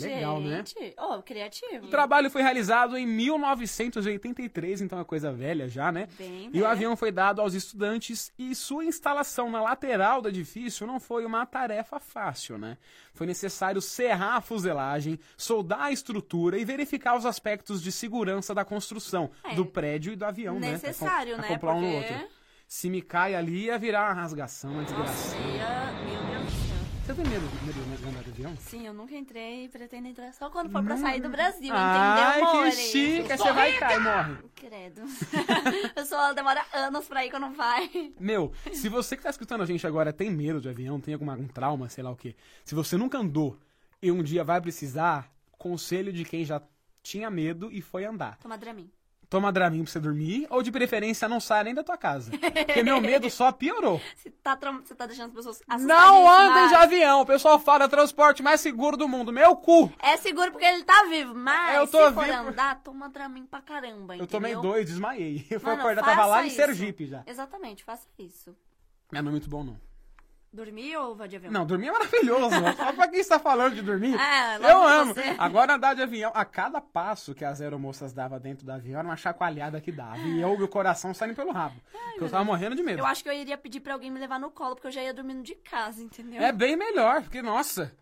Speaker 1: Legal, né?
Speaker 2: Gente, oh, criativo.
Speaker 1: O trabalho foi realizado em 1983, então é coisa velha já, né?
Speaker 2: Bem,
Speaker 1: E o
Speaker 2: né?
Speaker 1: avião foi dado aos estudantes e sua instalação na lateral do edifício não foi uma tarefa fácil, né? Foi necessário serrar a fuselagem, soldar a estrutura e verificar os aspectos de segurança da construção,
Speaker 2: É,
Speaker 1: do prédio e do avião,
Speaker 2: necessário,
Speaker 1: né? Pra
Speaker 2: né?
Speaker 1: com- acoplar um no
Speaker 2: Porque-
Speaker 1: outro. Se me cai ali, ia virar uma rasgação, uma desgraça.
Speaker 2: Nossa, ia... meu Deus do céu.
Speaker 1: Você tem medo de medo de andar de avião?
Speaker 2: Sim, eu nunca entrei e pretendo entrar só quando for pra sair do Brasil,
Speaker 1: Hum. Ai,
Speaker 2: entendeu,
Speaker 1: que
Speaker 2: amores?
Speaker 1: chique! Aí Você vai e cai, morre.
Speaker 2: Credo. a pessoa demora anos pra ir quando vai.
Speaker 1: Meu, se você que tá escutando a gente agora tem medo de avião, tem alguma, algum trauma, sei lá o quê. Se você nunca andou e um dia vai precisar, conselho de quem já tinha medo e foi andar.
Speaker 2: Toma Dramin.
Speaker 1: Toma Dramin pra você dormir ou de preferência não sai nem da tua casa. Porque meu medo só piorou.
Speaker 2: Você tá, tra- você tá deixando as pessoas
Speaker 1: Não andem
Speaker 2: andem
Speaker 1: de avião, o pessoal fala é o transporte mais seguro do mundo, meu cu.
Speaker 2: É seguro porque ele tá vivo, mas
Speaker 1: É, eu tô
Speaker 2: se for
Speaker 1: vivo.
Speaker 2: andar, toma Dramin pra caramba, entendeu?
Speaker 1: Eu tomei dois, desmaiei. Eu fui
Speaker 2: Mano,
Speaker 1: acordar, tava
Speaker 2: faça
Speaker 1: lá em
Speaker 2: isso.
Speaker 1: Sergipe já.
Speaker 2: Exatamente, faça isso.
Speaker 1: Mas não é muito bom não.
Speaker 2: Dormir ou vai de avião?
Speaker 1: Não, dormir é maravilhoso. Só pra quem está falando de dormir,
Speaker 2: É, logo
Speaker 1: eu amo. Ah,
Speaker 2: você.
Speaker 1: Agora andar de avião, a cada passo que as aeromoças dava dentro do avião, era uma chacoalhada que dava. E eu, meu coração saindo pelo rabo. Porque eu tava morrendo de medo.
Speaker 2: Eu acho que eu iria pedir pra alguém me levar no colo, porque eu já ia dormindo de casa, entendeu?
Speaker 1: É bem melhor, porque, nossa,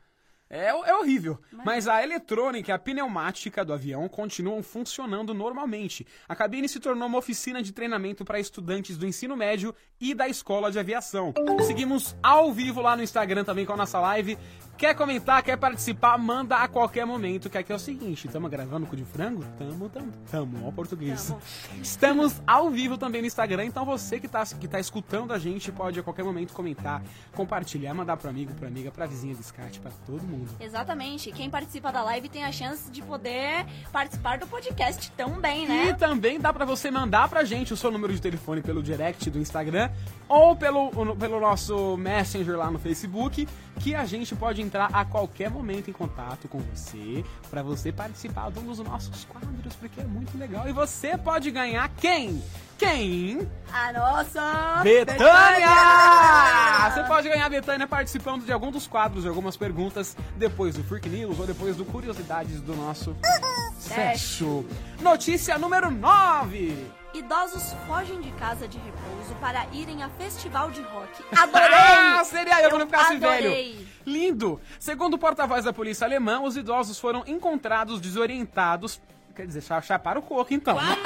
Speaker 1: é, é horrível. Mas a eletrônica e a pneumática do avião continuam funcionando normalmente. A cabine se tornou uma oficina de treinamento para estudantes do ensino médio e da escola de aviação. Seguimos ao vivo lá no Instagram também com a nossa live. Quer comentar, quer participar, manda a qualquer momento, que aqui é o seguinte, estamos gravando com o de frango? Tamo, tamo, tamo, ó português.
Speaker 2: Tamo.
Speaker 1: Estamos ao vivo também no Instagram, então você que tá, que tá escutando a gente pode a qualquer momento comentar, compartilhar, mandar pro amigo, pra amiga, pra vizinha, descarte, pra todo mundo.
Speaker 2: Exatamente. Quem participa da live tem a chance de poder participar do podcast também,
Speaker 1: E
Speaker 2: né?
Speaker 1: também dá pra você mandar pra gente o seu número de telefone pelo direct do Instagram ou pelo, ou pelo nosso Messenger lá no Facebook, que a gente pode entrar a qualquer momento em contato com você pra você participar de um dos nossos quadros, porque é muito legal. E você pode ganhar quem? Quem?
Speaker 2: A nossa
Speaker 1: Betânia! Você pode ganhar a Betânia participando de algum dos quadros, de algumas perguntas, depois do Freak News ou depois do Curiosidades do nosso Sexo. Notícia número 9!
Speaker 2: Idosos fogem de casa de repouso para irem a festival de rock.
Speaker 1: Ah,
Speaker 2: Adorei!
Speaker 1: seria eu,
Speaker 2: Eu
Speaker 1: quando eu ficasse
Speaker 2: adorei.
Speaker 1: velho. Lindo! Segundo o porta-voz da polícia alemã, os idosos foram encontrados desorientados. Quer dizer, cha- chaparam o coco então. né?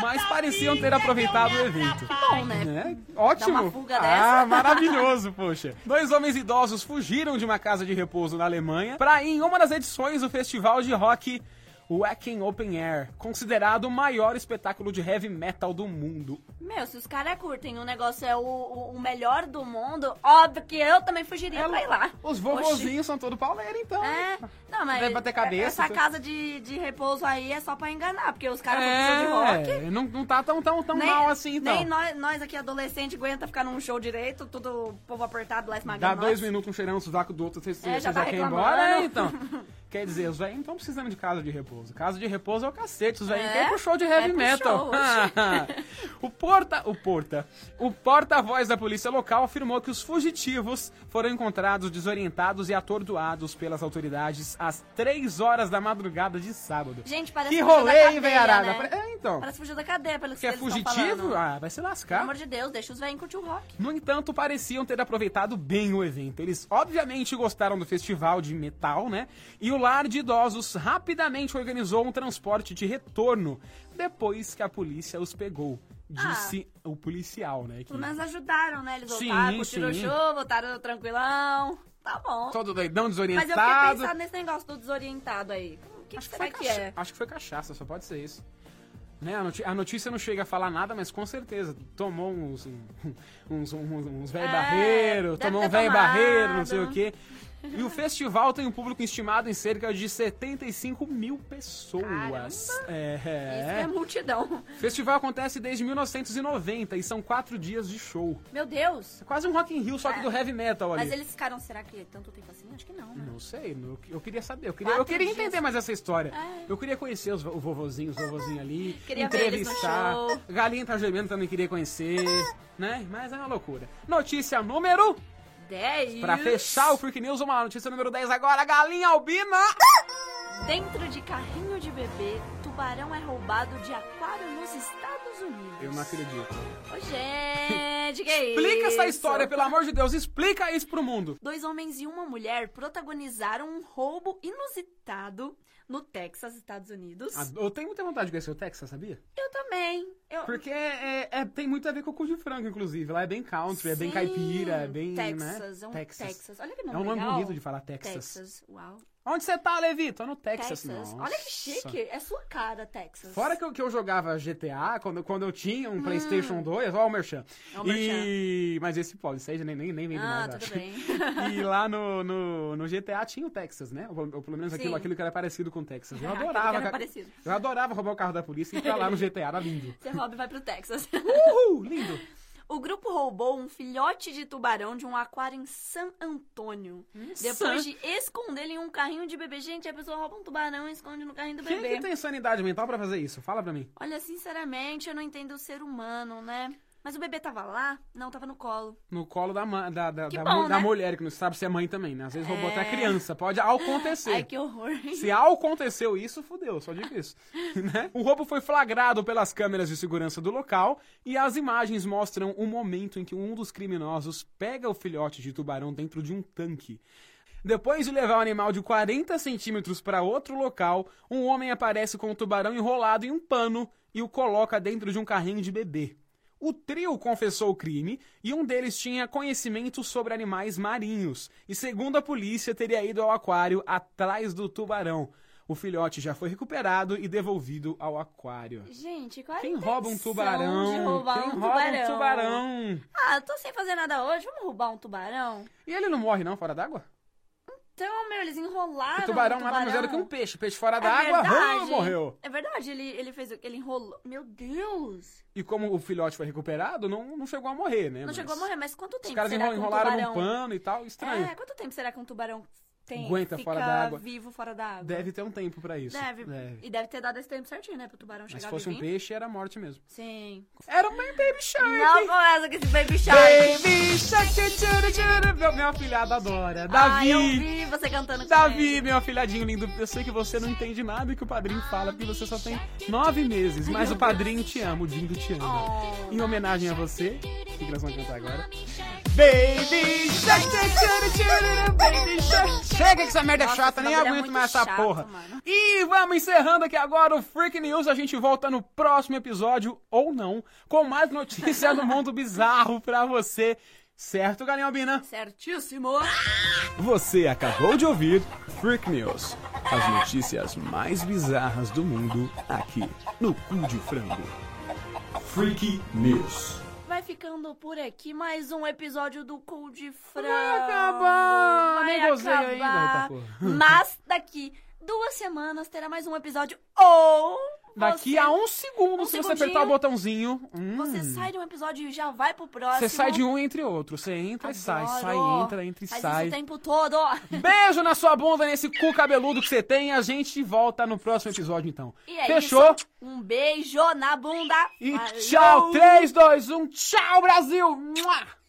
Speaker 1: Mas pareciam ter aproveitado o evento.
Speaker 2: Bom, né?
Speaker 1: É, ótimo.
Speaker 2: Dá uma fuga
Speaker 1: ah,
Speaker 2: dessa.
Speaker 1: maravilhoso, poxa. Dois homens idosos fugiram de uma casa de repouso na Alemanha para ir em uma das edições do festival de rock Wacken Open Air, considerado o maior espetáculo de heavy metal do mundo.
Speaker 2: Meu, se os caras curtem o negócio é o, o- o melhor do mundo, óbvio que eu também fugiria pra ir lá.
Speaker 1: É, Os vovozinhos são todo pauleiro, então.
Speaker 2: É, não, mas
Speaker 1: Vai bater cabeça,
Speaker 2: essa
Speaker 1: tu-
Speaker 2: casa de, de repouso aí é só pra enganar, porque os caras
Speaker 1: É,
Speaker 2: vão precisar de rock.
Speaker 1: não, não tá tão, tão, tão mal assim, então.
Speaker 2: nem nós, nós aqui, adolescente, aguenta ficar num show direito, tudo povo apertado lá esmagando.
Speaker 1: Dá
Speaker 2: nós.
Speaker 1: dois minutos, um cheirando o sovaco do outro, você, você
Speaker 2: já
Speaker 1: já,
Speaker 2: tá
Speaker 1: quer ir
Speaker 2: reclamando.
Speaker 1: embora, é, então. Quer dizer, os velhinhos não estão precisando de casa de repouso. Casa de repouso é o cacete, os velhinhos
Speaker 2: É?
Speaker 1: querem pro show de
Speaker 2: É
Speaker 1: heavy
Speaker 2: pro
Speaker 1: metal.
Speaker 2: show.
Speaker 1: o porta... O porta... O porta-voz da polícia local afirmou que os fugitivos foram encontrados desorientados e atordoados pelas autoridades às 3 horas da madrugada de sábado.
Speaker 2: Gente, parece
Speaker 1: Que
Speaker 2: que fugiu da
Speaker 1: rolê, hein,
Speaker 2: cadeia,
Speaker 1: veiarada?
Speaker 2: né?
Speaker 1: É, então.
Speaker 2: Parece fugir da cadeia, pelo que
Speaker 1: Que é
Speaker 2: eles tão
Speaker 1: fugitivo?
Speaker 2: falando.
Speaker 1: Ah, vai se
Speaker 2: Pelo
Speaker 1: lascar.
Speaker 2: amor de Deus, deixa os velhinhos curtir o rock.
Speaker 1: No entanto, pareciam ter aproveitado bem o evento. Eles obviamente gostaram do festival de metal, né? E o lar de idosos rapidamente organizou um transporte de retorno depois que a polícia os pegou.
Speaker 2: Ah.
Speaker 1: Disse o policial, né? Que...
Speaker 2: Pelo menos ajudaram, né? Eles
Speaker 1: Sim,
Speaker 2: voltaram, curtiram
Speaker 1: sim.
Speaker 2: o show, voltaram tranquilão. Tá bom.
Speaker 1: Todo doidão,
Speaker 2: Mas eu fiquei
Speaker 1: desorientado.
Speaker 2: pensando nesse negócio do desorientado aí. O que, que
Speaker 1: Acho que,
Speaker 2: será
Speaker 1: foi
Speaker 2: que
Speaker 1: cacha-
Speaker 2: é?
Speaker 1: Acho que foi cachaça, só pode ser isso. Né, a, noti- a notícia não chega a falar nada, mas com certeza tomou uns uns, uns, uns velho
Speaker 2: É,
Speaker 1: barreiro,
Speaker 2: deve
Speaker 1: tomou
Speaker 2: ter
Speaker 1: um velho
Speaker 2: tomado.
Speaker 1: barreiro, não sei o quê. E o festival tem um público estimado em cerca de 75 mil pessoas.
Speaker 2: Isso é
Speaker 1: É.
Speaker 2: multidão.
Speaker 1: O festival acontece desde 1990 e são quatro dias de show.
Speaker 2: Meu Deus.
Speaker 1: É quase um Rock in Rio, só que
Speaker 2: É.
Speaker 1: do heavy metal ali.
Speaker 2: Mas eles ficaram, será que tanto tempo assim? Acho que não, né?
Speaker 1: Não sei, eu, eu queria saber. Eu queria, eu
Speaker 2: Quatro
Speaker 1: queria
Speaker 2: dias.
Speaker 1: entender mais essa história.
Speaker 2: Ah.
Speaker 1: Eu queria conhecer os, vo- o vovozinho, os vovozinhos ali.
Speaker 2: Queria ver eles no
Speaker 1: entrevistar.
Speaker 2: show.
Speaker 1: Galinha tá gemendo, também queria conhecer. né? Mas é uma loucura. Notícia número.
Speaker 2: 10.
Speaker 1: Pra fechar o Freak News, uma notícia número 10 agora. Galinha albina.
Speaker 2: Dentro de carrinho de bebê, tubarão é roubado de aquário nos Estados Unidos.
Speaker 1: Eu não acredito.
Speaker 2: Ô, gente, que é
Speaker 1: Explica essa
Speaker 2: isso?
Speaker 1: história, pelo amor de Deus. Explica isso pro mundo.
Speaker 2: Dois homens e uma mulher protagonizaram um roubo inusitado no Texas, Estados Unidos.
Speaker 1: Ah, Eu tenho muita vontade de conhecer o Texas, sabia?
Speaker 2: Eu também. Eu...
Speaker 1: Porque é- é- tem muito a ver com o cu de frango, inclusive. Lá é bem country, é bem
Speaker 2: Sim,
Speaker 1: caipira, é bem.
Speaker 2: Texas,
Speaker 1: né?
Speaker 2: é um Texas. Olha que
Speaker 1: É
Speaker 2: nome
Speaker 1: um nome
Speaker 2: legal.
Speaker 1: bonito de falar Texas.
Speaker 2: Texas, uau.
Speaker 1: Onde você tá, Levi? Tô no Texas,
Speaker 2: Texas.
Speaker 1: Nossa.
Speaker 2: Olha que chique. É sua cara, Texas.
Speaker 1: Fora que eu, que eu jogava GTA quando, quando eu tinha um PlayStation 2, ó, o Merchan.
Speaker 2: Ó Ah. o
Speaker 1: E... Mas esse pode, isso aí já nem, nem, nem vende
Speaker 2: É Ah,
Speaker 1: mais,
Speaker 2: tudo
Speaker 1: acho.
Speaker 2: bem.
Speaker 1: E lá no, no, no GTA tinha o Texas, né? Ou, ou pelo menos aquilo,
Speaker 2: Sim. Ah,
Speaker 1: aquilo que era parecido com o Texas. Eu
Speaker 2: Aquilo que
Speaker 1: adorava.
Speaker 2: era
Speaker 1: ca-
Speaker 2: parecido.
Speaker 1: Eu adorava roubar o carro da polícia e ir pra lá no GTA, era lindo.
Speaker 2: Você rouba e vai pro Texas.
Speaker 1: Uhul, lindo.
Speaker 2: O grupo roubou um filhote de tubarão de um aquário em San Antônio. Hum, Depois de esconder em um carrinho de bebê. Gente, a pessoa rouba um tubarão e esconde no carrinho do
Speaker 1: Quem é
Speaker 2: bebê.
Speaker 1: que tem sanidade mental pra fazer isso? Fala pra mim.
Speaker 2: Olha, sinceramente, eu não entendo o ser humano, né? Mas o bebê tava lá? Não, tava no colo.
Speaker 1: No colo da, ma- da, da,
Speaker 2: Que
Speaker 1: da,
Speaker 2: bom,
Speaker 1: mu- da
Speaker 2: né?
Speaker 1: mulher, que não sabe se é mãe também, né? Às vezes roubou
Speaker 2: É.
Speaker 1: até criança. Pode acontecer.
Speaker 2: Ai, que horror.
Speaker 1: Se aconteceu isso, fudeu, só digo isso. né? O roubo foi flagrado pelas câmeras de segurança do local e as imagens mostram o momento em que um dos criminosos pega o filhote de tubarão dentro de um tanque. Depois de levar o animal de 40 centímetros para outro local, um homem aparece com o tubarão enrolado em um pano e o coloca dentro de um carrinho de bebê. O trio confessou o crime e um deles tinha conhecimento sobre animais marinhos e, segundo a polícia, teria ido ao aquário atrás do tubarão. O filhote já foi recuperado e devolvido ao aquário.
Speaker 2: Gente, qual é a
Speaker 1: Quem rouba um
Speaker 2: intenção
Speaker 1: tubarão?
Speaker 2: de roubar
Speaker 1: Quem
Speaker 2: um
Speaker 1: rouba um
Speaker 2: tubarão?
Speaker 1: tubarão?
Speaker 2: Ah, tô sem fazer nada hoje, vamos roubar um tubarão?
Speaker 1: E ele não morre, não, fora d'água?
Speaker 2: Então, meu, eles enrolaram
Speaker 1: O tubarão
Speaker 2: o
Speaker 1: nada mais era que um peixe. Peixe fora
Speaker 2: É
Speaker 1: d'água,
Speaker 2: verdade.
Speaker 1: ah, morreu.
Speaker 2: É verdade, ele, ele fez o que? Ele enrolou. Meu Deus!
Speaker 1: E como o filhote foi recuperado, não, não chegou a morrer, né?
Speaker 2: Não
Speaker 1: Mas
Speaker 2: chegou a morrer, mas quanto tempo
Speaker 1: Os caras
Speaker 2: será
Speaker 1: enro-
Speaker 2: que um
Speaker 1: enrolaram
Speaker 2: tubarão...
Speaker 1: num pano e tal, estranho.
Speaker 2: É, quanto tempo será que um tubarão tem,
Speaker 1: Aguenta
Speaker 2: fica
Speaker 1: fora d'água.
Speaker 2: vivo fora d'água?
Speaker 1: Deve ter um tempo pra isso.
Speaker 2: Deve. E deve ter dado esse tempo certinho, né? Pro tubarão
Speaker 1: Mas
Speaker 2: chegar
Speaker 1: se fosse um
Speaker 2: vivinho.
Speaker 1: peixe, era morte mesmo.
Speaker 2: Sim.
Speaker 1: Era um baby shark!
Speaker 2: Não começa com esse baby shark.
Speaker 1: Baby shark! tchuru, tchuru. Meu, meu afilhado adora.
Speaker 2: Ai,
Speaker 1: Davi!
Speaker 2: Ah, eu vi você cantando com
Speaker 1: Davi,
Speaker 2: ele.
Speaker 1: meu afilhadinho lindo, eu sei que você não entende nada que o padrinho fala, porque você só tem nove meses, mas o padrinho te ama, o Dindo te ama.
Speaker 2: Oh.
Speaker 1: Em homenagem a você, o que que nós vamos cantar agora? Baby Shark, tchuru, tchuru, Baby Shark. Chega que essa merda é
Speaker 2: Nossa,
Speaker 1: chata,
Speaker 2: essa
Speaker 1: nem
Speaker 2: mulher é
Speaker 1: aguento
Speaker 2: muito
Speaker 1: mais essa
Speaker 2: chata,
Speaker 1: porra.
Speaker 2: mano.
Speaker 1: E vamos encerrando aqui agora o Freak News. A gente volta no próximo episódio, ou não, com mais notícias do mundo bizarro pra você. Certo, Galinha Albina?
Speaker 2: Certíssimo.
Speaker 3: Você acabou de ouvir Freak News, as notícias mais bizarras do mundo aqui no Cu de Frango. Freak News.
Speaker 2: Vai ficando por aqui mais um episódio do Cold Frango.
Speaker 1: Vai acabar,
Speaker 2: Vai
Speaker 1: nem gozei ainda, eita
Speaker 2: acabar.
Speaker 1: porra.
Speaker 2: Mas daqui duas semanas terá mais um episódio ou
Speaker 1: Daqui
Speaker 2: você,
Speaker 1: a um segundo,
Speaker 2: um
Speaker 1: se você
Speaker 2: segundinho.
Speaker 1: apertar o botãozinho, hum,
Speaker 2: você sai de um episódio e já vai pro próximo.
Speaker 1: você sai de um entre outro. Você entra e sai,
Speaker 2: Adoro.
Speaker 1: sai, entra, entra e
Speaker 2: Faz
Speaker 1: sai.
Speaker 2: Isso o tempo todo.
Speaker 1: Beijo na sua bunda, nesse cu cabeludo que você tem. A gente volta no próximo episódio, então.
Speaker 2: E é
Speaker 1: Fechou?
Speaker 2: isso. Um beijo na bunda.
Speaker 1: E
Speaker 2: Valeu.
Speaker 1: tchau. 3, 2, 1. Tchau, um. Brasil! Mua!